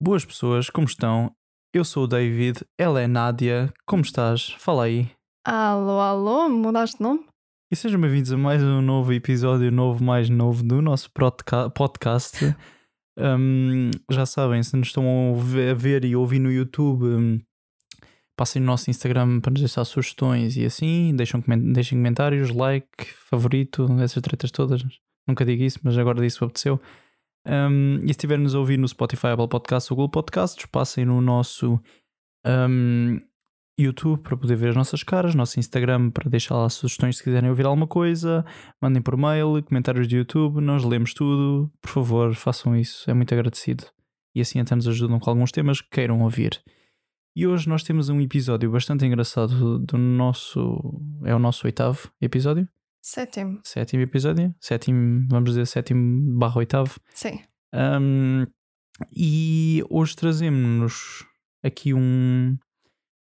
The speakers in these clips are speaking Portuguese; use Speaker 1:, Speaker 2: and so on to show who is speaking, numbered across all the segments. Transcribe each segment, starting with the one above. Speaker 1: Boas pessoas, como estão? Eu sou o David, ela é Nádia. Como estás? Fala aí.
Speaker 2: Alô, alô, mudaste de nome?
Speaker 1: E sejam bem-vindos a mais um novo episódio, novo mais novo, do nosso podca- podcast. Hum, já sabem, se nos estão a ouve- a ver e ouvir no YouTube, hum, passem no nosso Instagram para nos deixar sugestões e assim, deixam, comen- deixem comentários, like, favorito, essas tretas todas. Nunca digo isso, mas agora disso apeteceu. Hum, e se estivermos a ouvir no Spotify, Apple Podcasts ou Google Podcasts, passem no nosso hum, YouTube para poder ver as nossas caras, nosso Instagram para deixar lá sugestões se quiserem ouvir alguma coisa, mandem por mail, comentários de YouTube, nós lemos tudo. Por favor, façam isso, é muito agradecido. E assim até nos ajudam com alguns temas que queiram ouvir. E hoje nós temos um episódio bastante engraçado do- do nosso. É o nosso oitavo episódio?
Speaker 2: Sétimo.
Speaker 1: Sétimo episódio? Sétimo, vamos dizer, sétimo barra oitavo.
Speaker 2: Sim.
Speaker 1: Um, e hoje trazemos-nos aqui um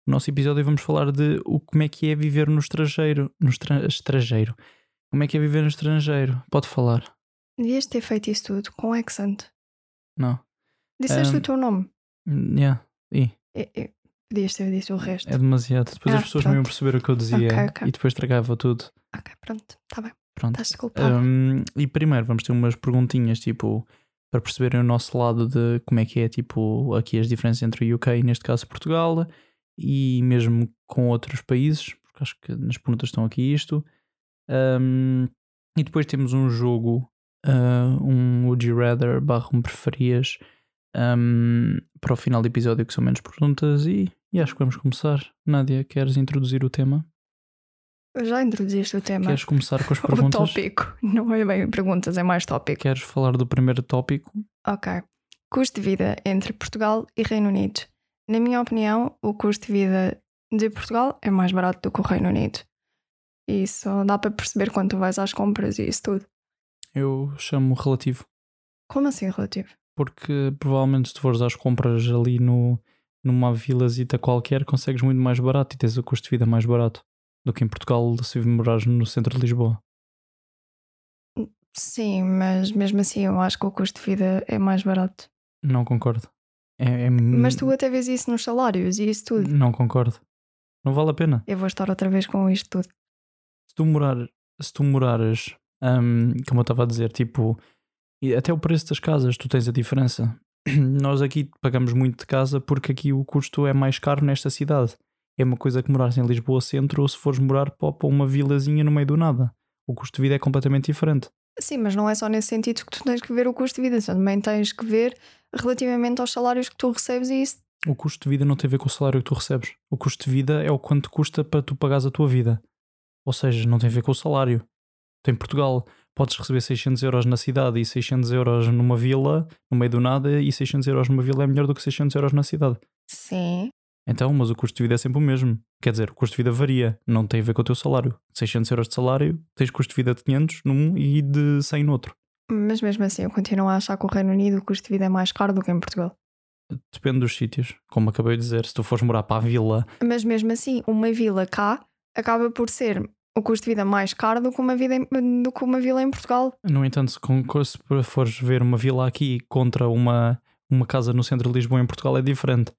Speaker 1: o nosso episódio e vamos falar de o, como é que é viver no estrangeiro. No estra- estrangeiro. Como é que é viver no estrangeiro? Pode falar.
Speaker 2: Devias ter feito isso tudo com um accent.
Speaker 1: Não.
Speaker 2: Disseste
Speaker 1: Ahm.
Speaker 2: o teu nome.
Speaker 1: Hum, Yeah. Ih,
Speaker 2: E- e- Podias ter dito o resto.
Speaker 1: é demasiado. Depois
Speaker 2: Ah,
Speaker 1: as pessoas não
Speaker 2: pronto.
Speaker 1: iam perceber o que eu dizia
Speaker 2: Ok, ok.
Speaker 1: e depois tragava tudo.
Speaker 2: Ok, pronto. Está bem.
Speaker 1: Pronto.
Speaker 2: Estás desculpado.
Speaker 1: Um, e primeiro vamos ter umas perguntinhas tipo para perceberem o nosso lado de como é que é tipo aqui as diferenças entre o UK e neste caso Portugal e mesmo com outros países, porque acho que nas perguntas estão aqui isto. Um, e depois temos um jogo, uh, um Would You Rather barra um preferias um, para o final do episódio que são menos perguntas e, e acho que vamos começar. Nádia, queres introduzir o tema?
Speaker 2: Já introduziste o tema.
Speaker 1: Queres começar com as
Speaker 2: O
Speaker 1: perguntas?
Speaker 2: tópico. Não é bem perguntas, é mais tópico.
Speaker 1: Queres falar do primeiro tópico?
Speaker 2: Ok. Custo de vida entre Portugal e Reino Unido. Na minha opinião, o custo de vida de Portugal é mais barato do que o Reino Unido. E só dá para perceber quando tu vais às compras e isso tudo.
Speaker 1: Eu chamo relativo,
Speaker 2: Como assim relativo?
Speaker 1: porque provavelmente se tu fores às compras ali no, numa vilazita qualquer, consegues muito mais barato e tens o custo de vida mais barato do que em Portugal se morares no centro de Lisboa.
Speaker 2: Sim, mas mesmo assim eu acho que o custo de vida é mais barato.
Speaker 1: Não concordo. É, é-
Speaker 2: Mas tu até vês isso nos salários e isso tudo.
Speaker 1: Não concordo. Não vale a pena.
Speaker 2: Eu vou estar outra vez com isto tudo.
Speaker 1: Se tu, morar, se tu morares, hum, como eu estava a dizer, tipo, e até o preço das casas, tu tens a diferença. Nós aqui pagamos muito de casa porque aqui o custo é mais caro nesta cidade. É uma coisa que morares em Lisboa centro ou se fores morar pá, para uma vilazinha no meio do nada. O custo de vida é completamente diferente.
Speaker 2: Sim, mas não é só nesse sentido que tu tens que ver o custo de vida, tu também tens que ver relativamente aos salários que tu recebes e isso.
Speaker 1: O custo de vida não tem a ver com o salário que tu recebes. O custo de vida é o quanto custa para tu pagares a tua vida. Ou seja, não tem a ver com o salário. Tu em Portugal podes receber 600 euros na cidade e 600 euros numa vila, no meio do nada, e 600 euros numa vila é melhor do que 600 euros na cidade.
Speaker 2: Sim.
Speaker 1: Então, mas o custo de vida é sempre o mesmo. Quer dizer, o custo de vida varia, não tem a ver com o teu salário. 600 euros de salário, tens custo de vida de 500 num e de 100 no outro.
Speaker 2: Mas mesmo assim, eu continuo a achar que o Reino Unido o custo de vida é mais caro do que em Portugal.
Speaker 1: Depende dos sítios. Como acabei de dizer, se tu fores morar para a vila,
Speaker 2: Mas mesmo assim, uma vila cá acaba por ser o custo de vida mais caro do que uma, vida em- do que uma vila em Portugal.
Speaker 1: No entanto, se, con- se fores ver uma vila aqui contra uma, uma casa no centro de Lisboa em Portugal é diferente.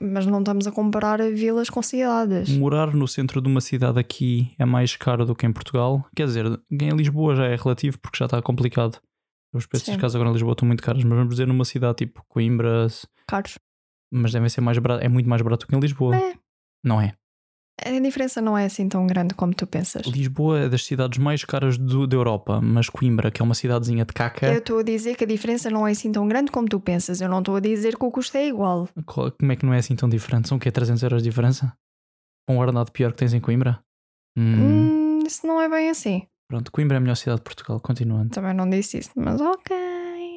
Speaker 2: Mas não estamos a comparar vilas com cidades.
Speaker 1: Morar no centro de uma cidade aqui é mais caro do que em Portugal. Quer dizer, em Lisboa já é relativo porque já está complicado. Os preços
Speaker 2: Sim.
Speaker 1: das casas agora em Lisboa estão muito caros, mas vamos dizer numa cidade tipo Coimbra, se-
Speaker 2: Caros.
Speaker 1: mas devem ser mais barato, é muito mais barato que em Lisboa.
Speaker 2: É.
Speaker 1: Não é?
Speaker 2: A diferença não é assim tão grande como tu pensas.
Speaker 1: Lisboa é das cidades mais caras do- da Europa, mas Coimbra, que é uma cidadezinha de caca,
Speaker 2: Eu estou a dizer que a diferença não é assim tão grande como tu pensas. Eu não estou a dizer que o custo é igual.
Speaker 1: qual- como é que não é assim tão diferente? São o quê? 300 euros de diferença? Com o ordenado pior que tens em Coimbra? Hum.
Speaker 2: Hum, isso não é bem assim.
Speaker 1: Pronto, Coimbra é a melhor cidade de Portugal, continuando.
Speaker 2: Também não disse isso, mas ok.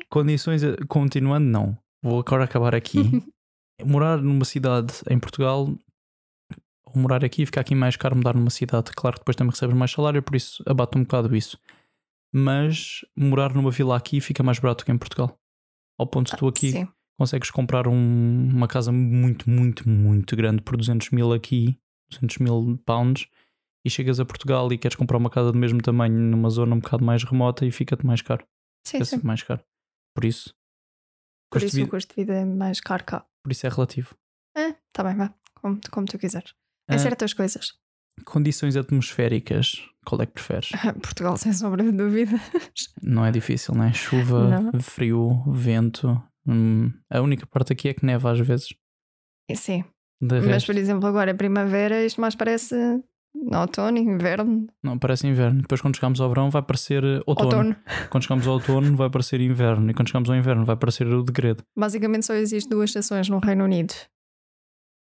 Speaker 1: Condições, eh, continuando, não. Vou agora acabar aqui. morar numa cidade em Portugal, ou morar aqui e ficar aqui mais caro mudar numa cidade. Claro que depois também recebes mais salário, por isso abate um bocado isso. Mas morar numa vila aqui fica mais barato que em Portugal. Ao ponto de tu aqui
Speaker 2: Sim.
Speaker 1: consegues comprar um- uma casa muito, muito, muito grande por 200 mil aqui, 200 mil pounds, e chegas a Portugal e queres comprar uma casa do mesmo tamanho numa zona um bocado mais remota e fica-te mais caro.
Speaker 2: Sim,
Speaker 1: Fica
Speaker 2: sim.
Speaker 1: sempre mais caro. Por isso,
Speaker 2: Por
Speaker 1: Custo
Speaker 2: isso
Speaker 1: de
Speaker 2: o
Speaker 1: vida-
Speaker 2: custo de vida é mais caro cá.
Speaker 1: por isso é relativo.
Speaker 2: É, tá bem, vá. Como, como tu quiseres. Em
Speaker 1: Ah.
Speaker 2: certas coisas.
Speaker 1: Condições atmosféricas, qual é que preferes?
Speaker 2: Portugal, sem sombra de dúvida.
Speaker 1: Não é difícil, não é? Chuva,
Speaker 2: Não.
Speaker 1: frio, vento. Hum, a única parte aqui é que neva às vezes.
Speaker 2: E Sim.
Speaker 1: De
Speaker 2: Mas,
Speaker 1: resto,
Speaker 2: por exemplo, agora, é primavera, isto mais parece outono, inverno,
Speaker 1: não, parece inverno. Depois, quando chegamos ao verão, vai parecer outono.
Speaker 2: outono.
Speaker 1: Quando chegamos ao outono, vai parecer inverno. E quando chegamos ao inverno, vai parecer o degredo.
Speaker 2: Basicamente só existem duas estações no Reino Unido.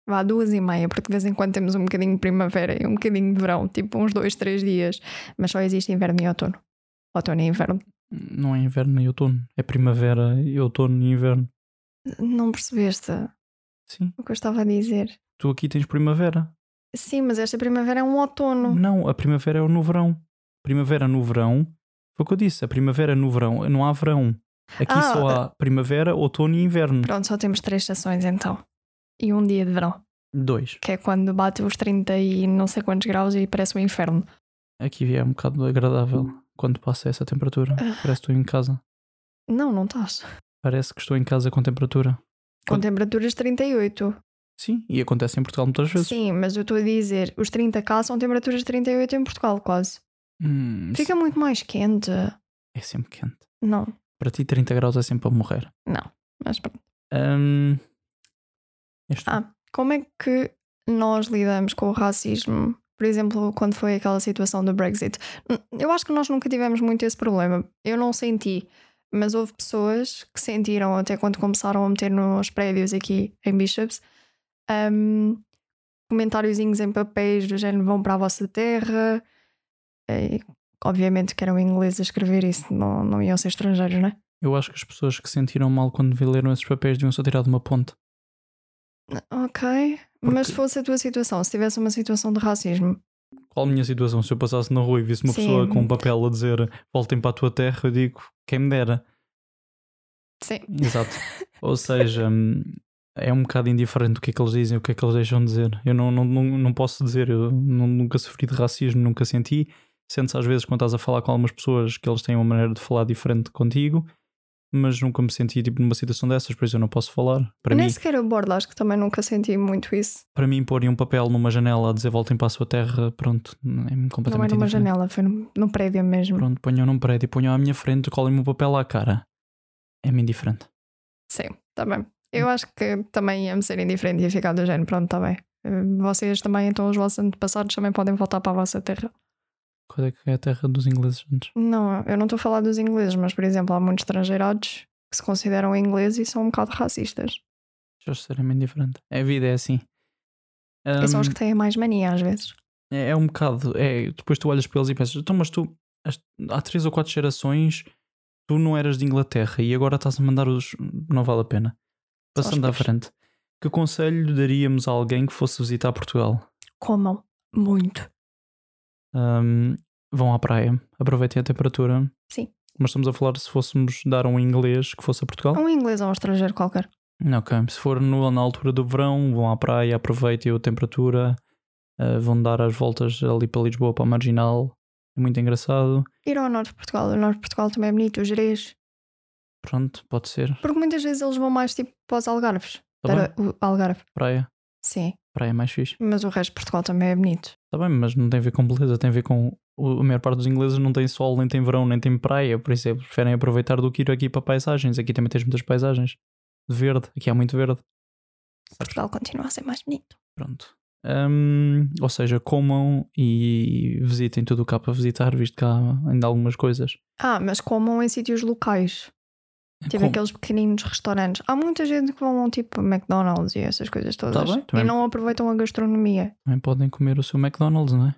Speaker 2: Vá duas e meia, porque de vez em quando temos um bocadinho de primavera e um bocadinho de verão, tipo uns dois, três dias. Mas só existe inverno e outono. Outono e inverno.
Speaker 1: Não é inverno e outono. É primavera e outono e inverno.
Speaker 2: Não percebeste
Speaker 1: Sim.
Speaker 2: o que eu estava a dizer?
Speaker 1: Tu aqui tens primavera.
Speaker 2: Sim, mas esta primavera é um outono.
Speaker 1: Não, a primavera é o no verão. Primavera no verão. Foi o que eu disse. A primavera no verão. Não há verão. Aqui
Speaker 2: Ah,
Speaker 1: só há primavera, outono e inverno.
Speaker 2: Pronto, só temos três estações então. E um dia de verão,
Speaker 1: Dois.
Speaker 2: que é quando bate os 30 e não sei quantos graus e parece um inferno.
Speaker 1: Aqui é um bocado agradável quando passa essa temperatura. Parece que estou em casa.
Speaker 2: Não, não estás.
Speaker 1: Parece que estou em casa com temperatura.
Speaker 2: Com
Speaker 1: Quando-
Speaker 2: temperaturas 38.
Speaker 1: Sim, e acontece em Portugal muitas vezes.
Speaker 2: Sim, mas eu estou a dizer, os 30 cá são temperaturas de 38 em Portugal, quase.
Speaker 1: Hum,
Speaker 2: Fica muito mais quente.
Speaker 1: É sempre quente.
Speaker 2: Não,
Speaker 1: Para ti, 30 graus é sempre a morrer.
Speaker 2: mas pronto.
Speaker 1: Hum, és tu.
Speaker 2: Ah. Como é que nós lidamos com o racismo? Por exemplo, quando foi aquela situação do Brexit. N- Eu acho que nós nunca tivemos muito esse problema. Eu não senti, mas houve pessoas que sentiram até quando começaram a meter nos prédios aqui em Bishops hum, comentáriozinhos em papéis do género vão para a vossa terra. E, obviamente que eram ingleses a escrever isso, não, não iam ser estrangeiros, não é?
Speaker 1: Eu acho que as pessoas que se sentiram mal quando leram esses papéis deviam só tirar de uma ponte.
Speaker 2: Ok. Mas se fosse a tua situação, se tivesse uma situação de racismo,
Speaker 1: Qual a minha situação? Se eu passasse na rua e visse uma
Speaker 2: Sim.
Speaker 1: pessoa com um papel a dizer voltem para a tua terra, eu digo quem me dera.
Speaker 2: sim,
Speaker 1: Exato. Ou seja, hum, é um bocado indiferente o que é que eles dizem, o que é que eles deixam de dizer. Eu não, não, não, não posso dizer, eu nu- nunca sofri de racismo, nunca senti. Sentes às vezes quando estás a falar com algumas pessoas que eles têm uma maneira de falar diferente contigo, mas nunca me senti tipo numa situação dessas, por isso eu não posso falar. Para
Speaker 2: Nem
Speaker 1: mim,
Speaker 2: sequer o bordo, acho que também nunca senti muito isso.
Speaker 1: para mim, porem um papel numa janela a dizer voltem para a sua terra, pronto, é
Speaker 2: Não é
Speaker 1: completamente
Speaker 2: numa
Speaker 1: indiferente.
Speaker 2: janela, foi num, num prédio mesmo.
Speaker 1: Pronto, ponham num prédio, ponham à minha frente, colhem-me o papel à cara. É-me indiferente.
Speaker 2: Sim, está bem.
Speaker 1: Hum.
Speaker 2: Eu acho que também ia-me ser indiferente e ia ficar do género, pronto, está bem. Eh, Vocês também, então os vossos antepassados também podem voltar para a vossa terra.
Speaker 1: Qual é que é a terra dos ingleses antes?
Speaker 2: Não, eu não estou a falar dos ingleses, mas por exemplo, há muitos estrangeirados que se consideram ingleses e são um bocado racistas.
Speaker 1: Já sinceramente diferente. A vida é assim.
Speaker 2: E são
Speaker 1: Hum,
Speaker 2: É os que têm mais mania às vezes.
Speaker 1: é, é um bocado. É, depois tu olhas para eles e pensas, então, mas tu as- há três ou quatro gerações tu não eras de Inglaterra e agora estás a mandar os. Não vale a pena.
Speaker 2: Só os
Speaker 1: Passando à
Speaker 2: piores.
Speaker 1: frente, que conselho daríamos a alguém que fosse visitar Portugal?
Speaker 2: Comam muito.
Speaker 1: Hum, vão à praia, aproveitem a temperatura.
Speaker 2: Sim.
Speaker 1: Mas estamos a falar se fôssemos dar um inglês que fosse a Portugal?
Speaker 2: Um inglês ou um estrangeiro qualquer.
Speaker 1: Ok, se for no, na altura do verão, vão à praia, aproveitem a temperatura, eh, vão dar as voltas ali para Lisboa, para a Marginal, é muito engraçado.
Speaker 2: Ir ao norte de Portugal. O norte de Portugal também é bonito, os Jerez.
Speaker 1: Pronto, pode ser.
Speaker 2: Porque muitas vezes eles vão mais tipo para os Algarves.
Speaker 1: Tá bem?
Speaker 2: para o Algarve,
Speaker 1: Praia,
Speaker 2: sim.
Speaker 1: praia é mais fixe.
Speaker 2: Mas o resto de Portugal também é bonito.
Speaker 1: Está bem, mas não tem a ver com beleza, tem a ver com. o- A maior parte dos ingleses não tem sol, nem tem verão, nem tem praia, por isso é, preferem aproveitar do que ir aqui para paisagens. Aqui também tens muitas paisagens. Verde, aqui há muito verde.
Speaker 2: Portugal continua a ser mais bonito.
Speaker 1: Pronto. Hum, ou seja, comam e visitem tudo o que há para visitar, visto que há ainda algumas coisas.
Speaker 2: Ah, mas comam em sítios locais. Tipo
Speaker 1: Com-
Speaker 2: aqueles pequeninos restaurantes. Há muita gente que vão tipo McDonald's e essas coisas todas.
Speaker 1: Tá bem,
Speaker 2: e
Speaker 1: também-
Speaker 2: não aproveitam a gastronomia.
Speaker 1: Também podem comer o seu McDonald's, não é?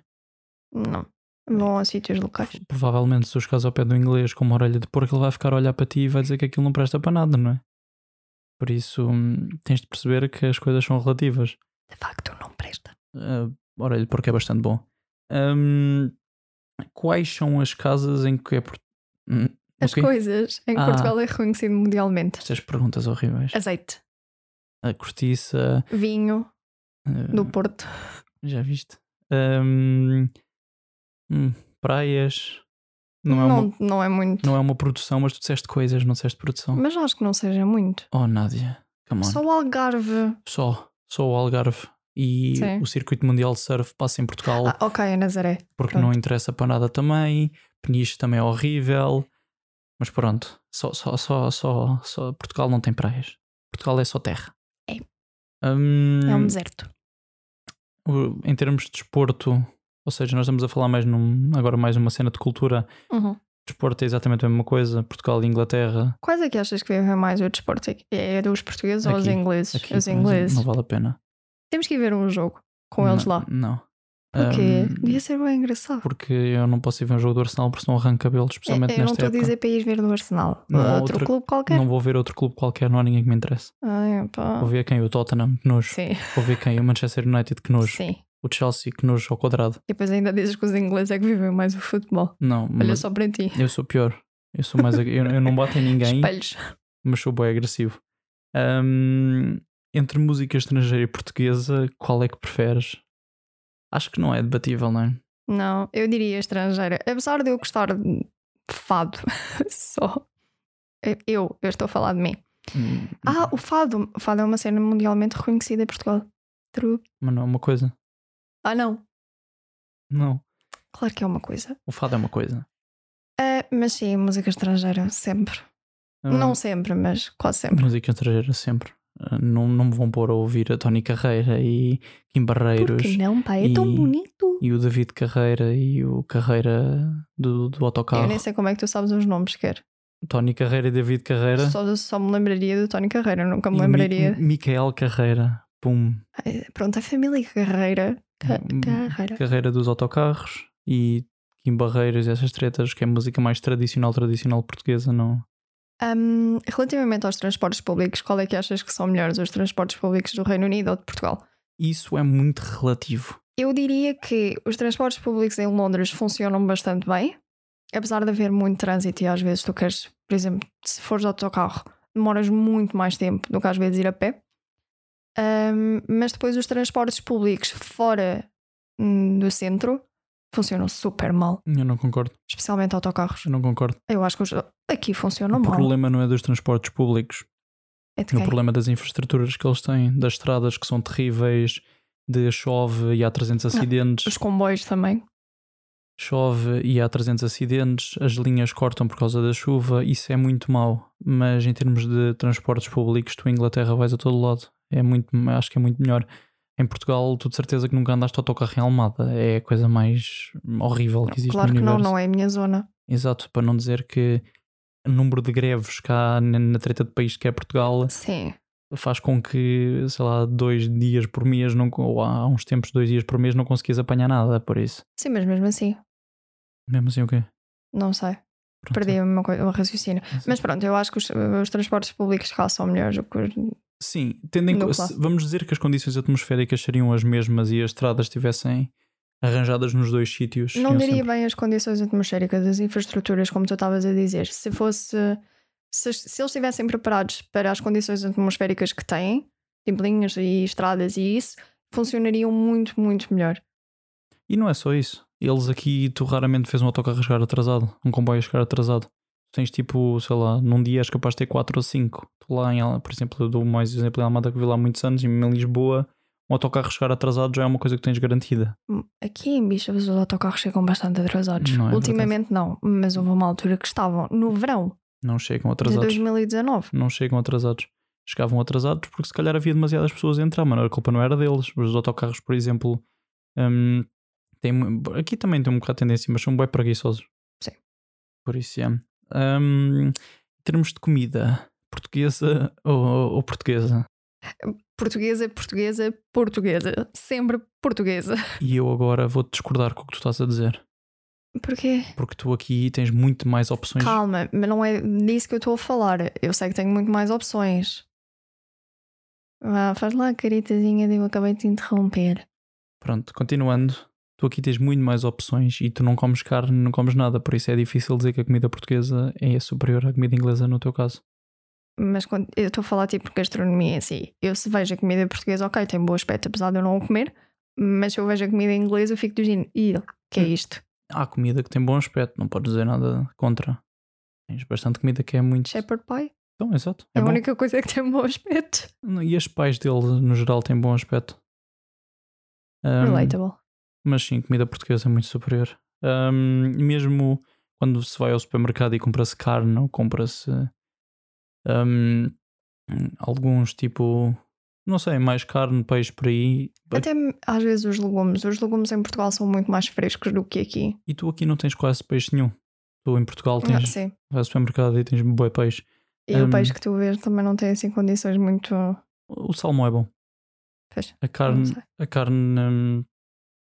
Speaker 2: Não. Vão a sítios locais.
Speaker 1: Provavelmente, se os casos ao pé do inglês com uma orelha de porco, ele vai ficar a olhar para ti e vai dizer que aquilo não presta para nada, não é? Por isso, hum, tens de perceber que as coisas são relativas.
Speaker 2: De facto, não presta.
Speaker 1: Ah, orelha de porco é bastante bom. Hum, quais são as casas em que é. Por... Hum,
Speaker 2: As
Speaker 1: ok.
Speaker 2: coisas em que
Speaker 1: Ah.
Speaker 2: Portugal é reconhecido mundialmente.
Speaker 1: Estas perguntas horríveis.
Speaker 2: Azeite,
Speaker 1: A cortiça.
Speaker 2: vinho
Speaker 1: ah,
Speaker 2: do Porto,
Speaker 1: Já viste? Hum, hum, praias. Não é,
Speaker 2: não,
Speaker 1: Uma,
Speaker 2: não é muito.
Speaker 1: não é uma produção, mas tu disseste coisas, não disseste produção.
Speaker 2: Mas acho que não seja muito.
Speaker 1: Oh, Nádia, come on.
Speaker 2: Só
Speaker 1: Só,
Speaker 2: o Algarve.
Speaker 1: só, o Algarve e
Speaker 2: Sim.
Speaker 1: o Circuito Mundial de Surf passa em Portugal
Speaker 2: Ah, ok, é Nazaré.
Speaker 1: porque
Speaker 2: pronto.
Speaker 1: não interessa para nada também. Peniche também é horrível. Mas pronto, só, só, só, só, só- Portugal não tem praias. Portugal é só terra.
Speaker 2: É.
Speaker 1: Hum,
Speaker 2: É um deserto.
Speaker 1: o- em termos de desporto, ou seja, nós estamos a falar mais num, agora mais numa cena de cultura.
Speaker 2: Uhum.
Speaker 1: Desporto é exatamente a mesma coisa. Portugal e Inglaterra.
Speaker 2: Quais é que achas que vivem mais o desporto? aqui? É dos portugueses ou os
Speaker 1: Aqui,
Speaker 2: ingleses?
Speaker 1: Aqui,
Speaker 2: os
Speaker 1: por exemplo,
Speaker 2: ingleses.
Speaker 1: Não vale a pena.
Speaker 2: Temos que ir ver um jogo com eles
Speaker 1: Não-
Speaker 2: lá.
Speaker 1: Não.
Speaker 2: Porquê?
Speaker 1: Hum,
Speaker 2: Devia ser bem engraçado.
Speaker 1: porque eu não posso ir ver um jogo do Arsenal porque senão arranco cabelos,
Speaker 2: É,
Speaker 1: especialmente
Speaker 2: eu não
Speaker 1: nesta
Speaker 2: estou a
Speaker 1: época.
Speaker 2: dizer para ir ver no Arsenal.
Speaker 1: Não há
Speaker 2: outro
Speaker 1: outra-
Speaker 2: clube qualquer.
Speaker 1: Não vou ver outro clube qualquer, não há ninguém que me interesse.
Speaker 2: Ai, pá.
Speaker 1: Vou ver quem? O Tottenham, que nojo.
Speaker 2: Ah. Sim,
Speaker 1: Vou ver quem? O Manchester United, que nojo.
Speaker 2: sim.
Speaker 1: O Chelsea, que nojo ao quadrado.
Speaker 2: E depois ainda dizes que os ingleses é que vivem mais o futebol.
Speaker 1: Não,
Speaker 2: Olha
Speaker 1: mas
Speaker 2: só para ti.
Speaker 1: eu sou pior. Eu sou mais. ag- eu, eu não bato em ninguém,
Speaker 2: Espelhos.
Speaker 1: mas sou bem agressivo. Ahm, entre música estrangeira e portuguesa, qual é que preferes? Acho que não é debatível, não é?
Speaker 2: Não, eu diria estrangeira. Apesar de eu gostar de fado, só. É, Eu, eu estou a falar de mim.
Speaker 1: Hum,
Speaker 2: Ah, o fado. O fado é uma cena mundialmente reconhecida em Portugal. True.
Speaker 1: Mas não é uma coisa.
Speaker 2: Ah, não.
Speaker 1: Não.
Speaker 2: Claro que é uma coisa.
Speaker 1: O fado é uma coisa.
Speaker 2: Ah, mas sim, música estrangeira, sempre.
Speaker 1: Ah,
Speaker 2: Não sempre, mas quase sempre.
Speaker 1: Música estrangeira sempre. Ah, Não, não me vão pôr a ouvir a Tony Carreira e Kim Barreiros.
Speaker 2: Porque não, pai? É tão
Speaker 1: e-
Speaker 2: bonito.
Speaker 1: e o David Carreira e o Carreira do, do autocarro.
Speaker 2: Eu nem sei como é que tu sabes os nomes, quer.
Speaker 1: Tony Carreira e David Carreira.
Speaker 2: Só, só me lembraria do Tony Carreira, nunca
Speaker 1: E
Speaker 2: me
Speaker 1: Mi-
Speaker 2: lembraria.
Speaker 1: Mi- Micael Carreira. Pum.
Speaker 2: Ai, Pronto, a família Carreira. Ca-
Speaker 1: Hum,
Speaker 2: Carreira.
Speaker 1: Carreira dos autocarros e Kim Barreiros e essas tretas, que é música mais tradicional, tradicional portuguesa, não.
Speaker 2: Hum, relativamente aos transportes públicos, qual é que achas que são melhores, os transportes públicos do Reino Unido ou de Portugal?
Speaker 1: Isso é muito relativo.
Speaker 2: Eu diria que os transportes públicos em Londres funcionam bastante bem, apesar de haver muito trânsito e às vezes tu queres, por exemplo, se fores de autocarro, demoras muito mais tempo do que às vezes ir a pé. Hum, mas depois os transportes públicos fora hum, do centro funcionam super mal,
Speaker 1: Eu não concordo.
Speaker 2: especialmente autocarros.
Speaker 1: Eu não concordo.
Speaker 2: Eu acho que os- aqui funcionam
Speaker 1: o
Speaker 2: mal.
Speaker 1: problema não é dos transportes públicos.
Speaker 2: É de
Speaker 1: O
Speaker 2: quem?
Speaker 1: problema das infraestruturas que eles têm, das estradas que são terríveis, de chove e há 300 acidentes.
Speaker 2: Ah, Os comboios também.
Speaker 1: chove e há 300 acidentes, as linhas cortam por causa da chuva, isso é muito mau. Mas em termos de transportes públicos, tu em Inglaterra vais a todo lado. É muito, acho que é muito melhor. Em Portugal, tu de certeza que nunca andaste autocarro em Almada. É a coisa mais horrível que existe
Speaker 2: Claro
Speaker 1: no
Speaker 2: que não,
Speaker 1: universo.
Speaker 2: não é a minha zona.
Speaker 1: Exato, para não dizer que o número de greves que há na- na treta de país que é Portugal
Speaker 2: Sim.
Speaker 1: faz com que, sei lá, dois dias por mês, não, ou há uns tempos, dois dias por mês, não conseguias apanhar nada por isso.
Speaker 2: Sim, mas mesmo assim,
Speaker 1: Mesmo assim, o quê?
Speaker 2: não sei.
Speaker 1: Pronto,
Speaker 2: Perdi uma coi- o raciocínio.
Speaker 1: é-
Speaker 2: Mas pronto, eu acho que os, os transportes públicos cá são melhores. do que os-
Speaker 1: Sim, tendo em co-
Speaker 2: No clássico.
Speaker 1: se- vamos dizer que as condições atmosféricas seriam as mesmas e as estradas estivessem arranjadas nos dois sítios.
Speaker 2: Não
Speaker 1: seriam
Speaker 2: diria
Speaker 1: sempre-
Speaker 2: bem as condições atmosféricas, as infraestruturas, como tu estavas a dizer. Se fosse. Se, se eles estivessem preparados para as condições atmosféricas que têm, tipo linhas e estradas e isso, funcionariam muito, muito melhor.
Speaker 1: E não é só isso. Eles aqui, tu raramente fez um autocarro chegar atrasado, um comboio chegar atrasado. Tens tipo, sei lá, num dia és capaz de ter 4 ou 5. Tu lá em, Al- por exemplo, eu dou mais exemplo em Almada que vi lá há muitos anos, e mesmo em Lisboa, um autocarro chegar atrasado já é uma coisa que tens garantida.
Speaker 2: Hum, Aqui em Bicho, os autocarros chegam bastante atrasados.
Speaker 1: Não é
Speaker 2: Ultimamente não, mas houve uma altura que estavam no verão
Speaker 1: Não chegam
Speaker 2: de
Speaker 1: atrasados.
Speaker 2: 2019.
Speaker 1: não chegam atrasados. Chegavam atrasados porque se calhar havia demasiadas pessoas a entrar, mano. A culpa não era deles. Os autocarros, por exemplo, hum, têm mu- aqui também tem um bocado de tendência, mas são bem preguiçosos.
Speaker 2: Sim.
Speaker 1: Por isso, é. Hum, em termos de comida, portuguesa ou, ou portuguesa?
Speaker 2: portuguesa, portuguesa, portuguesa. Sempre portuguesa.
Speaker 1: E eu agora vou discordar com o que tu estás a dizer.
Speaker 2: Porquê?
Speaker 1: Porque tu aqui tens muito mais opções.
Speaker 2: Calma, mas não é disso que eu estou a falar. Eu sei que tenho muito mais opções. Vá, faz lá a caritazinha de eu acabei de te interromper.
Speaker 1: Pronto, continuando. Tu aqui tens muito mais opções e tu não comes carne, não comes nada, por isso é difícil dizer que a comida portuguesa é superior à comida inglesa no teu caso.
Speaker 2: Mas quando, eu estou a falar tipo de gastronomia em si. Eu se vejo a comida portuguesa, ok,
Speaker 1: Hum.
Speaker 2: tem bom aspecto, apesar de eu não o comer. Mas se eu vejo a comida inglesa, eu fico do género. "Ih, que é isto?
Speaker 1: há comida que tem bom aspecto, não podes dizer nada contra. Tens bastante comida que é muito.
Speaker 2: Shepherd Pie.
Speaker 1: Então, exato.
Speaker 2: É
Speaker 1: É
Speaker 2: a
Speaker 1: bom.
Speaker 2: única coisa que tem bom aspecto.
Speaker 1: E as pais dele, no geral, têm bom aspecto. Ahm,
Speaker 2: Relatable.
Speaker 1: Mas sim, comida portuguesa é muito superior. Ahm, mesmo quando se vai ao supermercado e compra-se carne ou compra-se ahm, alguns tipo, não sei, mais carne, peixe por aí.
Speaker 2: Até às vezes os legumes. Os legumes em Portugal são muito mais frescos do que aqui.
Speaker 1: E tu aqui não tens quase peixe nenhum. Tu em Portugal
Speaker 2: Ah,
Speaker 1: tens,
Speaker 2: sim.
Speaker 1: vais ao supermercado e tens boi peixe.
Speaker 2: E
Speaker 1: Hum.
Speaker 2: o peixe que tu vês também não tem assim condições muito.
Speaker 1: O salmão é bom.
Speaker 2: Pois,
Speaker 1: A
Speaker 2: não
Speaker 1: carne,
Speaker 2: sei.
Speaker 1: a carne, hum,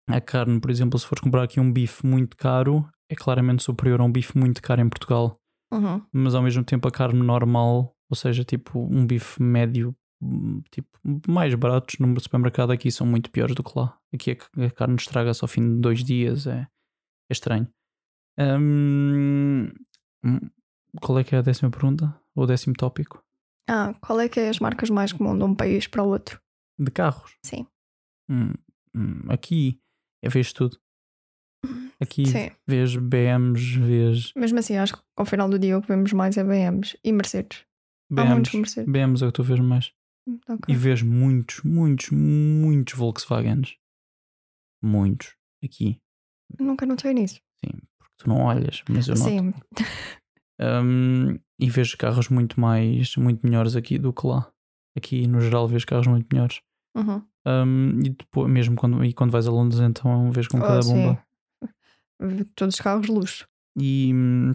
Speaker 1: a carne, por exemplo, se fores comprar aqui um bife muito caro, é claramente superior a um bife muito caro em Portugal.
Speaker 2: Uhum.
Speaker 1: mas ao mesmo tempo a carne normal, ou seja, tipo um bife médio, hum, tipo mais baratos no supermercado aqui são muito piores do que lá. Aqui a c- a carne estraga-se ao fim de dois dias, é, é estranho. Hum, hum, qual é que é a décima pergunta? Ou o décimo tópico?
Speaker 2: Ah, qual é que é as marcas mais comuns de um país para o outro?
Speaker 1: De carros.
Speaker 2: Sim.
Speaker 1: Hum, hum, aqui eu vejo tudo. Aqui
Speaker 2: Uhum. Sim.
Speaker 1: vejo BMs, vejo
Speaker 2: Mesmo assim, acho que ao final do dia o que vemos mais é BMs e Mercedes. Então, Há muitos
Speaker 1: BMs.
Speaker 2: Mercedes.
Speaker 1: BMs é o que tu vês mais.
Speaker 2: Ok.
Speaker 1: E vejo muitos, muitos, muitos Volkswagens. Muitos. Aqui.
Speaker 2: Nunca notei nisso.
Speaker 1: Porque tu não olhas, mas eu noto.
Speaker 2: Sim,
Speaker 1: Hum, e vejo carros muito mais, muito melhores aqui do que lá. Aqui, no geral, vejo carros muito melhores.
Speaker 2: Uhum.
Speaker 1: Hum, e depois, mesmo quando, e quando vais a Londres, então vês com cada
Speaker 2: Oh, sim.
Speaker 1: bomba.
Speaker 2: Todos os carros de luxo.
Speaker 1: E hum,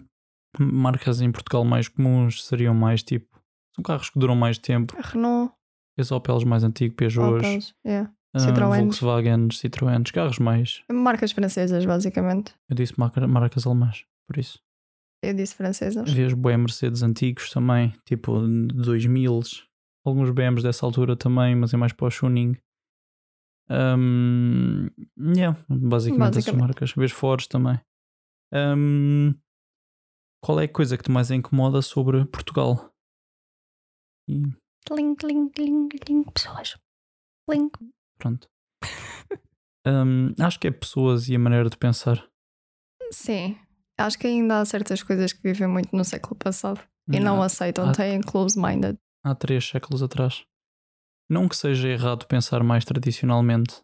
Speaker 1: marcas em Portugal mais comuns seriam mais tipo. São carros que duram mais tempo.
Speaker 2: Renault,
Speaker 1: Esse Opels mais antigo, Peugeot,
Speaker 2: Opels, é. yeah. Citroën.
Speaker 1: Volkswagen, Citroën, carros mais
Speaker 2: Marcas francesas, basicamente.
Speaker 1: Eu disse marca- marcas alemãs, por isso.
Speaker 2: Eu disse francesas.
Speaker 1: Vês bué Mercedes antigos também, tipo de 2000 alguns BMs dessa altura também, mas é mais para o tuning. Um, yeah, basicamente, essas
Speaker 2: Basicamente.
Speaker 1: marcas. Vês Fords também. Um, qual é a coisa que te mais incomoda sobre Portugal? E
Speaker 2: Tling, tling, tling, tling, pessoas. Tling.
Speaker 1: pronto. Um, acho que é pessoas e a maneira de pensar.
Speaker 2: Sim. Acho que ainda há certas coisas que vivem muito no século passado e não
Speaker 1: Há-
Speaker 2: aceitam,
Speaker 1: ah.
Speaker 2: têm close-minded.
Speaker 1: há três séculos atrás. Não que seja errado pensar mais tradicionalmente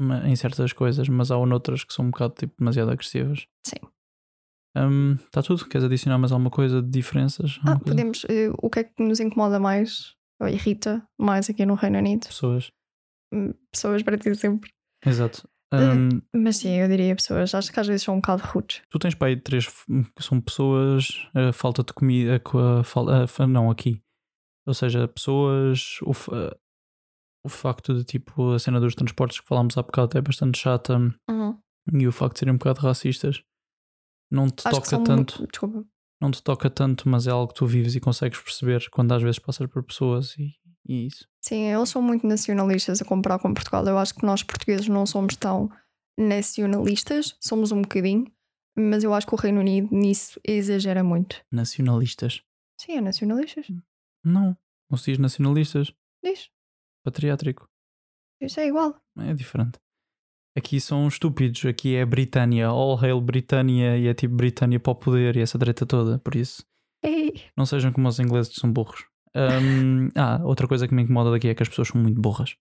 Speaker 1: ma- em certas coisas, mas há outras que são um bocado tipo, demasiado agressivas.
Speaker 2: Sim.
Speaker 1: Está tudo? Queres adicionar mais alguma coisa de diferenças?
Speaker 2: Ah,
Speaker 1: Alguma coisa?
Speaker 2: podemos. eh, o que é que nos incomoda mais ou irrita mais aqui no Reino Unido?
Speaker 1: Pessoas.
Speaker 2: Hum, Pessoas para ti sempre.
Speaker 1: Exato.
Speaker 2: Eh.
Speaker 1: Hum,
Speaker 2: Mas sim, eu diria pessoas. Acho que às vezes são um bocado rudes.
Speaker 1: tu tens para aí três f- hum, que são pessoas, a falta de comida, com a fal- a fa- não, aqui. Ou seja, pessoas, o, fa- o facto de tipo a cena dos transportes que falámos há bocado é bastante chata.
Speaker 2: Uhum.
Speaker 1: e o facto de serem um bocado racistas não te
Speaker 2: Acho
Speaker 1: toca
Speaker 2: que são
Speaker 1: tanto,
Speaker 2: muito- Desculpa.
Speaker 1: não te toca tanto, mas é algo que tu vives e consegues perceber quando às vezes passas por pessoas e, e isso.
Speaker 2: Sim, eles são muito nacionalistas a comparar com Portugal. Eu acho que nós portugueses não somos tão nacionalistas, somos um bocadinho, mas eu acho que o Reino Unido nisso exagera muito.
Speaker 1: Nacionalistas.
Speaker 2: Sim, é nacionalistas.
Speaker 1: Não, não se diz nacionalistas,
Speaker 2: Diz.
Speaker 1: patriátrico.
Speaker 2: Isso é igual.
Speaker 1: É diferente. Aqui são estúpidos, aqui é Britânia, all hail Britânia e é tipo Britânia para o poder e essa treta toda, por isso.
Speaker 2: Ei.
Speaker 1: Não sejam como os ingleses que são burros. Ahm, ah, outra coisa que me incomoda daqui é que as pessoas são muito burras.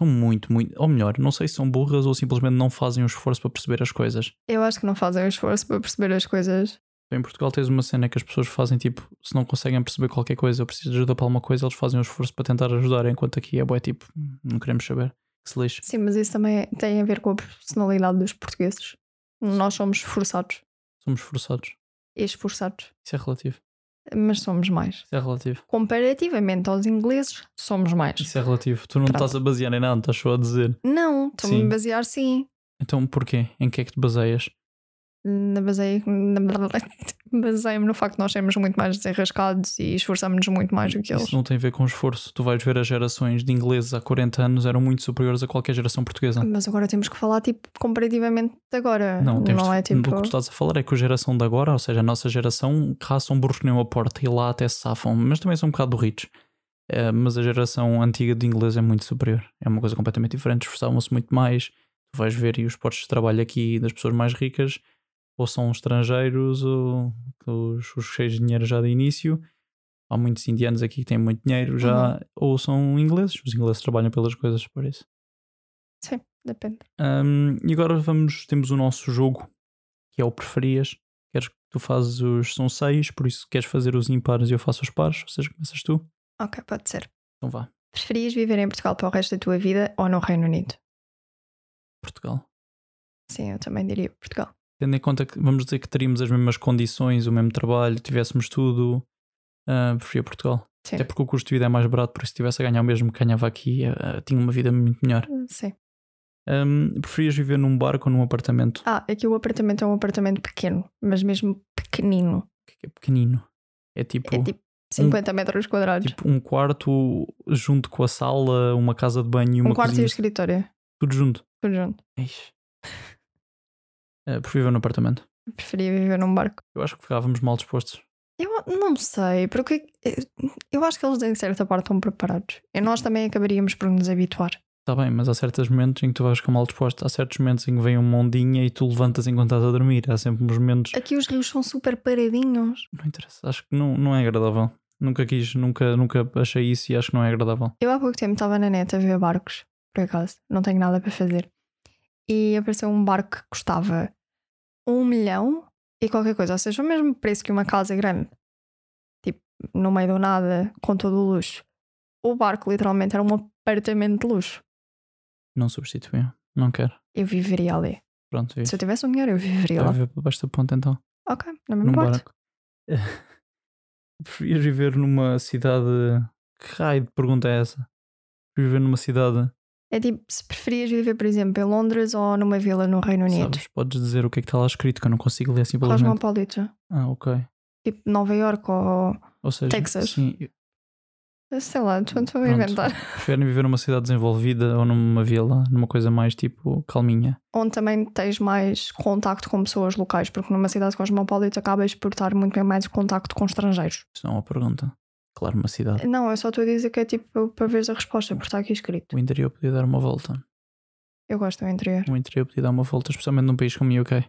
Speaker 1: São muito, muito. Ou melhor, não sei se são burras ou simplesmente não fazem o esforço para perceber as coisas. Então,
Speaker 2: Eu acho que não fazem o esforço para perceber as coisas.
Speaker 1: Em Portugal tens uma cena que as pessoas fazem tipo, se não conseguem perceber qualquer coisa ou precisam de ajuda para alguma coisa, eles fazem o esforço para tentar ajudar, enquanto aqui é boé tipo, não queremos saber. Que se lixe.
Speaker 2: Sim, mas isso também tem a ver com a personalidade dos portugueses. Nós somos esforçados
Speaker 1: Somos forçados.
Speaker 2: e esforçados,
Speaker 1: Isso é relativo.
Speaker 2: mas somos mais.
Speaker 1: Isso é relativo.
Speaker 2: Comparativamente aos ingleses, somos mais.
Speaker 1: Isso é relativo. Tu não
Speaker 2: Pronto.
Speaker 1: estás a basear em nada, estás só a dizer.
Speaker 2: Não, estou-me
Speaker 1: Sim.
Speaker 2: a basear sim.
Speaker 1: Então porquê? Em que é que te baseias?
Speaker 2: Na baseia- na- Baseio-me no facto de nós sermos muito mais desenrascados e esforçamos-nos muito mais do que eles.
Speaker 1: Isso não tem a ver com esforço. Tu vais ver as gerações de ingleses há 40 anos eram muito superiores a qualquer geração portuguesa.
Speaker 2: Mas agora temos que falar, tipo, comparativamente de agora.
Speaker 1: Não, temos
Speaker 2: é
Speaker 1: de, um
Speaker 2: tipo.
Speaker 1: o que tu estás a falar é que a geração de agora, ou seja, a nossa geração, raçam burros que nem uma porta e lá até se safam, mas também são um bocado burritos. Eh, mas a geração antiga de inglês é muito superior. É uma coisa completamente diferente. Esforçavam-se muito mais. Tu vais ver e os postos de trabalho aqui das pessoas mais ricas ou são estrangeiros ou os, os cheios de dinheiro já de início. Há muitos indianos aqui que têm muito dinheiro
Speaker 2: Uhum.
Speaker 1: já, ou são ingleses. Os ingleses trabalham pelas coisas, parece.
Speaker 2: Sim, depende.
Speaker 1: Hum, e agora vamos, temos o nosso jogo, que é o preferias. Queres que tu fazes os. São seis, por isso queres fazer os impares e eu faço os pares, ou seja, começas tu.
Speaker 2: Ok, pode ser.
Speaker 1: Então vá,
Speaker 2: Preferias viver em Portugal para o resto da tua vida ou no Reino Unido?
Speaker 1: Portugal.
Speaker 2: Sim, eu também diria Portugal.
Speaker 1: Tendo em conta que vamos dizer que teríamos as mesmas condições, o mesmo trabalho, tivéssemos tudo, ah, preferia Portugal.
Speaker 2: Sim.
Speaker 1: Até porque o custo de vida é mais barato, por isso se estivesse a ganhar o mesmo que ganhava aqui, ah, tinha uma vida muito melhor.
Speaker 2: Sim.
Speaker 1: Hum, preferias viver num barco ou num apartamento?
Speaker 2: Ah, aqui o apartamento é um apartamento pequeno, mas mesmo pequenino.
Speaker 1: que é pequenino. É tipo,
Speaker 2: É tipo 50 metros quadrados.
Speaker 1: tipo um quarto junto com a sala, uma casa de banho e uma
Speaker 2: um quarto e
Speaker 1: cozinha,
Speaker 2: o escritório.
Speaker 1: tudo junto.
Speaker 2: Tudo junto.
Speaker 1: Ixi. Ah, preferia viver num apartamento.
Speaker 2: Eu preferia viver num barco.
Speaker 1: Eu acho que ficávamos mal dispostos.
Speaker 2: Eu não sei, porque eu- eu acho que eles em certa parte estão preparados. E nós
Speaker 1: Hum.
Speaker 2: também acabaríamos por nos habituar.
Speaker 1: Está Tá bem, mas há certos momentos em que tu vais ficar mal disposto. Há certos momentos em que vem uma ondinha e tu levantas enquanto estás a dormir. Há sempre uns momentos.
Speaker 2: Aqui os rios são super paradinhos.
Speaker 1: Não interessa. Acho que não, não é agradável. Nunca quis, nunca, nunca achei isso e acho que não é agradável.
Speaker 2: Eu há pouco tempo estava na neta a ver barcos, por acaso, não tenho nada para fazer. E apareceu um barco que custava um milhão e qualquer coisa, ou seja, o mesmo preço que uma casa grande, tipo, no meio do nada, com todo o luxo. O barco literalmente era um apartamento de luxo.
Speaker 1: Não substitui. Não quero.
Speaker 2: Eu viveria ali.
Speaker 1: Pronto,
Speaker 2: Se
Speaker 1: vive.
Speaker 2: eu tivesse o dinheiro, eu viveria
Speaker 1: Vai
Speaker 2: lá.
Speaker 1: viver para baixo da ponte então.
Speaker 2: Ok, na mesma
Speaker 1: Num
Speaker 2: quarto.
Speaker 1: barco. Preferias viver numa cidade. Que raio de pergunta é essa? Preferias viver numa cidade.
Speaker 2: É tipo, se preferias viver, por exemplo, em Londres ou numa vila no Reino Unido.
Speaker 1: Sabes, podes dizer o que é que está lá escrito que eu não consigo ler simplesmente.
Speaker 2: Cosmopolita.
Speaker 1: Ah, ok.
Speaker 2: Tipo, Nova York ou.
Speaker 1: Ou seja,
Speaker 2: Texas.
Speaker 1: Sim,
Speaker 2: Sei lá, estou a
Speaker 1: Pronto.
Speaker 2: inventar.
Speaker 1: Preferem viver numa cidade desenvolvida ou numa vila, numa coisa mais tipo calminha.
Speaker 2: onde também tens mais contacto com pessoas locais, porque numa cidade cosmopolita acabas por estar muito bem mais em contacto com estrangeiros.
Speaker 1: Isso não é uma pergunta. Claro, uma cidade.
Speaker 2: Não, eu só estou a dizer que é tipo para veres a resposta, porque está aqui escrito.
Speaker 1: O interior podia dar uma volta.
Speaker 2: Eu gosto do interior.
Speaker 1: O interior podia dar uma volta, especialmente num país como o UK.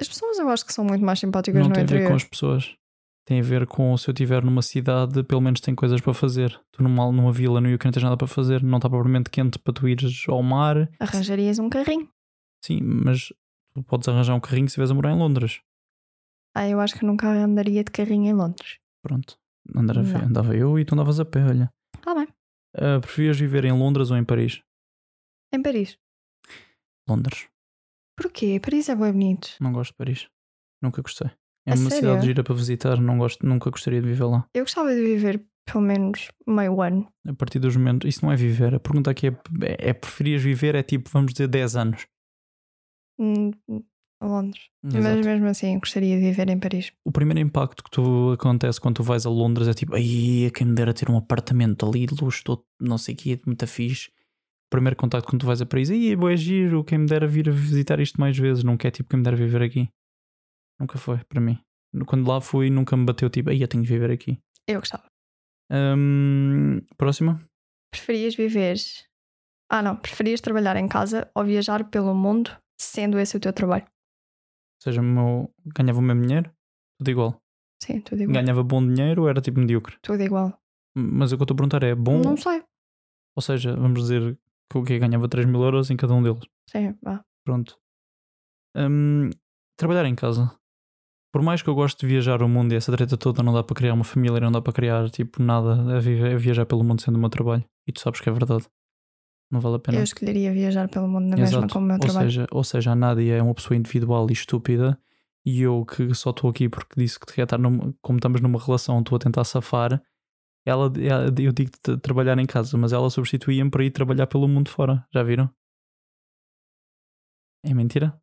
Speaker 2: As pessoas eu acho que são muito mais simpáticas
Speaker 1: Não
Speaker 2: no
Speaker 1: tem a ver com
Speaker 2: interior.
Speaker 1: as pessoas. Tem a ver com se eu estiver numa cidade, pelo menos tem coisas para fazer. Tu numa, numa vila no UK não tens nada para fazer, não está propriamente quente para tu ires ao mar.
Speaker 2: Arranjarias um carrinho.
Speaker 1: Sim, mas tu podes arranjar um carrinho se estiveres a morar em Londres.
Speaker 2: Ah, eu acho que nunca andaria de carrinho em Londres.
Speaker 1: Pronto. Andava,
Speaker 2: Não.
Speaker 1: andava eu e tu andavas a pé, olha.
Speaker 2: Está Tá bem.
Speaker 1: Ah, preferias viver em Londres ou em Paris?
Speaker 2: Em Paris.
Speaker 1: Londres.
Speaker 2: Porquê? Paris é bem bonito.
Speaker 1: Não gosto de Paris. Nunca gostei. É
Speaker 2: A
Speaker 1: uma
Speaker 2: sério?
Speaker 1: cidade gira para visitar, não gosto, nunca gostaria de viver lá.
Speaker 2: Eu gostava de viver pelo menos meio ano.
Speaker 1: A partir dos momentos. Isso não é viver. A pergunta aqui é, é, é preferias viver, é tipo, vamos dizer, 10 anos.
Speaker 2: hum, a Londres. Mas
Speaker 1: Exato.
Speaker 2: mesmo assim, gostaria de viver em Paris.
Speaker 1: O primeiro impacto que tu acontece quando tu vais a Londres é tipo, ai, quem me dera ter um apartamento ali, luxo, todo, não sei o que, muito fixe. O primeiro contacto quando tu vais a Paris, ai, boa, é giro, quem me dera vir visitar isto mais vezes, nunca é tipo quem me dera viver aqui. Nunca foi, para mim. Quando lá fui, nunca me bateu tipo, ai, eu tenho de viver aqui.
Speaker 2: Eu gostava.
Speaker 1: Hum, próxima?
Speaker 2: Preferias viver. Ah, não. Preferias trabalhar em casa ou viajar pelo mundo, sendo esse o teu trabalho?
Speaker 1: Ou seja, o meu- ganhava o mesmo dinheiro, tudo igual.
Speaker 2: Sim, tudo igual.
Speaker 1: Ganhava bom dinheiro ou era tipo medíocre?
Speaker 2: Tudo igual.
Speaker 1: Mas o que eu estou a perguntar é bom,
Speaker 2: Não sei.
Speaker 1: ou seja, vamos dizer que o que ganhava 3 mil euros em cada um deles.
Speaker 2: Sim, vá.
Speaker 1: Pronto. Hum, trabalhar em casa. Por mais que eu goste de viajar o mundo e essa treta toda, não dá para criar uma família, não dá para criar tipo nada a, vi- a viajar pelo mundo sendo o meu trabalho. E tu sabes que é verdade. Não vale a pena.
Speaker 2: Eu escolheria viajar pelo mundo na mesma É como o meu
Speaker 1: ou
Speaker 2: trabalho.
Speaker 1: Seja, ou seja, a Nádia é uma pessoa individual e estúpida e eu que só estou aqui porque disse que quer estar numa, como estamos numa relação, estou a tentar safar. Ela, ela- eu digo de trabalhar em casa, mas ela substituía-me para ir trabalhar pelo mundo fora. Já viram? É mentira?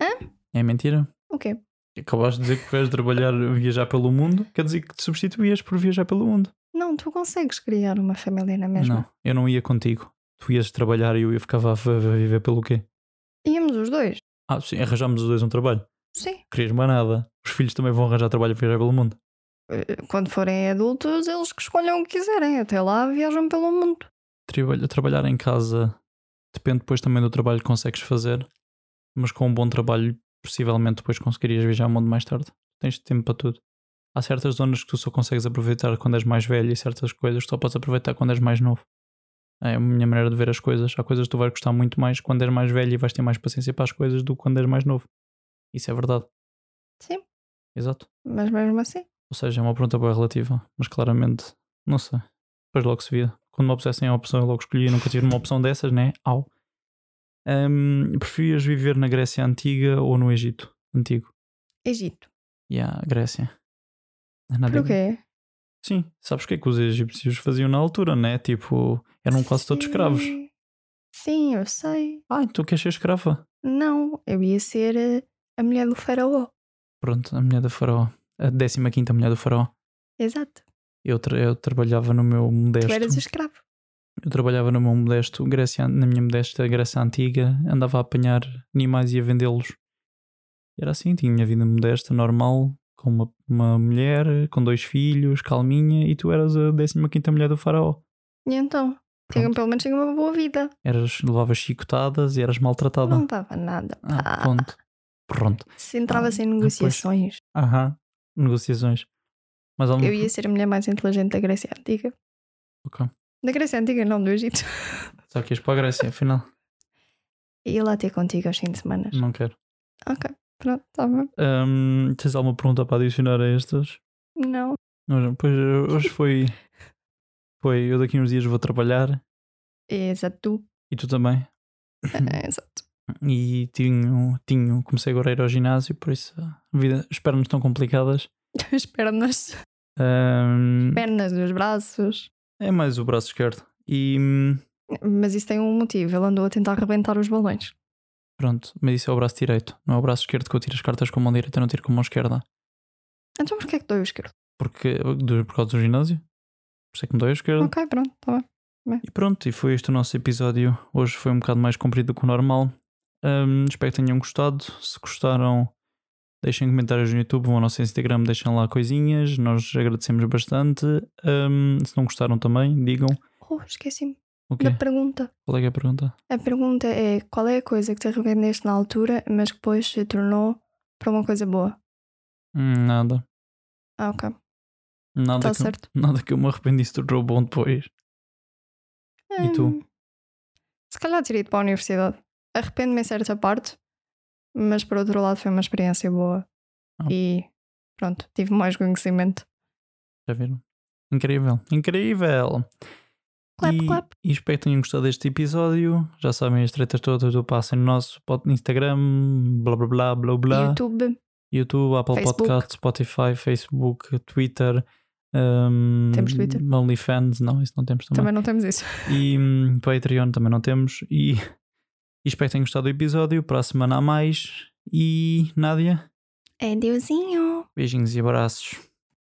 Speaker 2: Hã?
Speaker 1: É mentira?
Speaker 2: O quê?
Speaker 1: Acabaste de dizer que vais trabalhar, viajar pelo mundo, quer dizer que te substituías por viajar pelo mundo.
Speaker 2: Não, tu consegues criar uma família na mesma.
Speaker 1: Não, eu não ia contigo. Tu ias trabalhar e eu ia ficava a v- a viver pelo quê?
Speaker 2: Íamos os dois.
Speaker 1: Ah, sim, arranjámos os dois um trabalho.
Speaker 2: Sim.
Speaker 1: querias mais nada. Os filhos também vão arranjar trabalho para viajar pelo mundo.
Speaker 2: Eh, Quando forem adultos, eles que escolham o que quiserem. Até lá viajam pelo mundo.
Speaker 1: Trabalho- trabalhar em casa depende depois também do trabalho que consegues fazer, mas com um bom trabalho possivelmente depois conseguirias viajar ao mundo mais tarde. Tens tempo para tudo. Há certas zonas que tu só consegues aproveitar quando és mais velho e certas coisas que só podes aproveitar quando és mais novo. É a minha maneira de ver as coisas. Há coisas que tu vais gostar muito mais quando és mais velho e vais ter mais paciência para as coisas do que quando és mais novo. Isso é verdade.
Speaker 2: Sim,
Speaker 1: Exato.
Speaker 2: mas mesmo assim.
Speaker 1: Ou seja, é uma pergunta boa relativa, mas claramente, não sei. Depois logo se via. Quando me obsessem a opção, eu logo escolhi e nunca tive uma opção dessas, né? Au. Ahm, preferias viver na Grécia Antiga ou no Egito Antigo?
Speaker 2: Egito.
Speaker 1: Yeah, Grécia. Não é nada-
Speaker 2: Porquê?
Speaker 1: Sim, sabes o que é que os egípcios faziam na altura, né? Tipo, eram quase todos escravos.
Speaker 2: Sim. Sim, eu sei.
Speaker 1: Ah, então queres ser escrava?
Speaker 2: Não, eu ia ser eh, a mulher do faraó.
Speaker 1: Pronto, a mulher do faraó. A 15 mulher do faraó.
Speaker 2: Exato.
Speaker 1: Eu, tra- eu trabalhava no meu modesto.
Speaker 2: Tu eras escravo.
Speaker 1: Eu trabalhava no meu modesto Grécia, na minha modesta Grécia Antiga, andava a apanhar animais e a vendê-los. Era assim, tinha a minha vida modesta, normal, com uma, uma mulher, com dois filhos, calminha, e tu eras a 15 mulher do faraó.
Speaker 2: E então? Tinha,
Speaker 1: Pronto. Tá
Speaker 2: pelo menos tinha uma boa vida.
Speaker 1: Eras, levavas chicotadas e eras maltratada.
Speaker 2: Não dava nada.
Speaker 1: Ah,
Speaker 2: pá.
Speaker 1: pronto. Pronto.
Speaker 2: Se entravas em
Speaker 1: Ah, pois.
Speaker 2: negociações,
Speaker 1: Aham. Negociações. Mas há um...
Speaker 2: eu ia ser a mulher mais inteligente da Grécia Antiga.
Speaker 1: Ok.
Speaker 2: Da Grécia Antiga, não, do Egito.
Speaker 1: Só que ias para a Grécia, afinal.
Speaker 2: E ia lá ter contigo aos fins de semana.
Speaker 1: Não quero.
Speaker 2: Ok, pronto, tá bom.
Speaker 1: Hum, tens alguma pergunta para adicionar a estas?
Speaker 2: Não.
Speaker 1: Hoje, pois, eh, hoje foi. Foi. Eu daqui a uns dias vou trabalhar
Speaker 2: Exato.
Speaker 1: e tu também.
Speaker 2: Exato.
Speaker 1: E tinha um, tinha comecei agora a ir ao ginásio, por isso a vida, espero-me tão complicadas.
Speaker 2: As pernas.
Speaker 1: Ahm,
Speaker 2: Pernas dos braços.
Speaker 1: é mais o braço esquerdo. E hum,
Speaker 2: Mas isso tem um motivo. Ele andou a tentar arrebentar os balões.
Speaker 1: pronto, mas isso é o braço direito. Não é o braço esquerdo que eu tiro as cartas com a mão direita, eu não tiro com a mão esquerda.
Speaker 2: Então porquê é que dói o esquerdo?
Speaker 1: Porque, eh, do- por causa do ginásio. Por isso é que me dói a esquerda.
Speaker 2: Ok, pronto, tá bem.
Speaker 1: E pronto, e foi este o nosso episódio. Hoje foi um bocado mais comprido do que o normal. Hum, espero que tenham gostado. Se gostaram, deixem comentários no YouTube, vão ao nosso Instagram, deixem lá coisinhas. Nós agradecemos bastante. Hum, se não gostaram também, digam.
Speaker 2: Oh, esqueci-me
Speaker 1: O quê?
Speaker 2: da pergunta.
Speaker 1: Qual é que é a pergunta?
Speaker 2: A pergunta é qual é a coisa que te arrependeste na altura, mas que depois se tornou para uma coisa boa?
Speaker 1: Hum, nada.
Speaker 2: Ah, ok.
Speaker 1: Nada, é que,
Speaker 2: Está
Speaker 1: eu-
Speaker 2: Tá certo.
Speaker 1: nada que eu me arrependi se tornou bom depois. E tu?
Speaker 2: Hum, Se calhar teria ido para a universidade. Arrependo-me em certa parte, mas por outro lado foi uma experiência boa.
Speaker 1: Ah.
Speaker 2: E pronto, tive mais conhecimento.
Speaker 1: Já viram? Incrível, incrível!
Speaker 2: Clap,
Speaker 1: e,
Speaker 2: clap.
Speaker 1: e espero que tenham gostado deste episódio. Já sabem, as tretas todas do passem no nosso pod- Instagram, blá blá blá blá blá.
Speaker 2: YouTube,
Speaker 1: YouTube, Apple
Speaker 2: Facebook.
Speaker 1: Podcast, Spotify, Facebook, Twitter. hum,
Speaker 2: Temos Twitter?
Speaker 1: OnlyFans, não, isso não temos também.
Speaker 2: também não temos isso.
Speaker 1: E hum, Patreon também não temos. E, e espero que tenham gostado do episódio. Para a semana há mais. E Nádia,
Speaker 2: Adeusinho.
Speaker 1: beijinhos e abraços.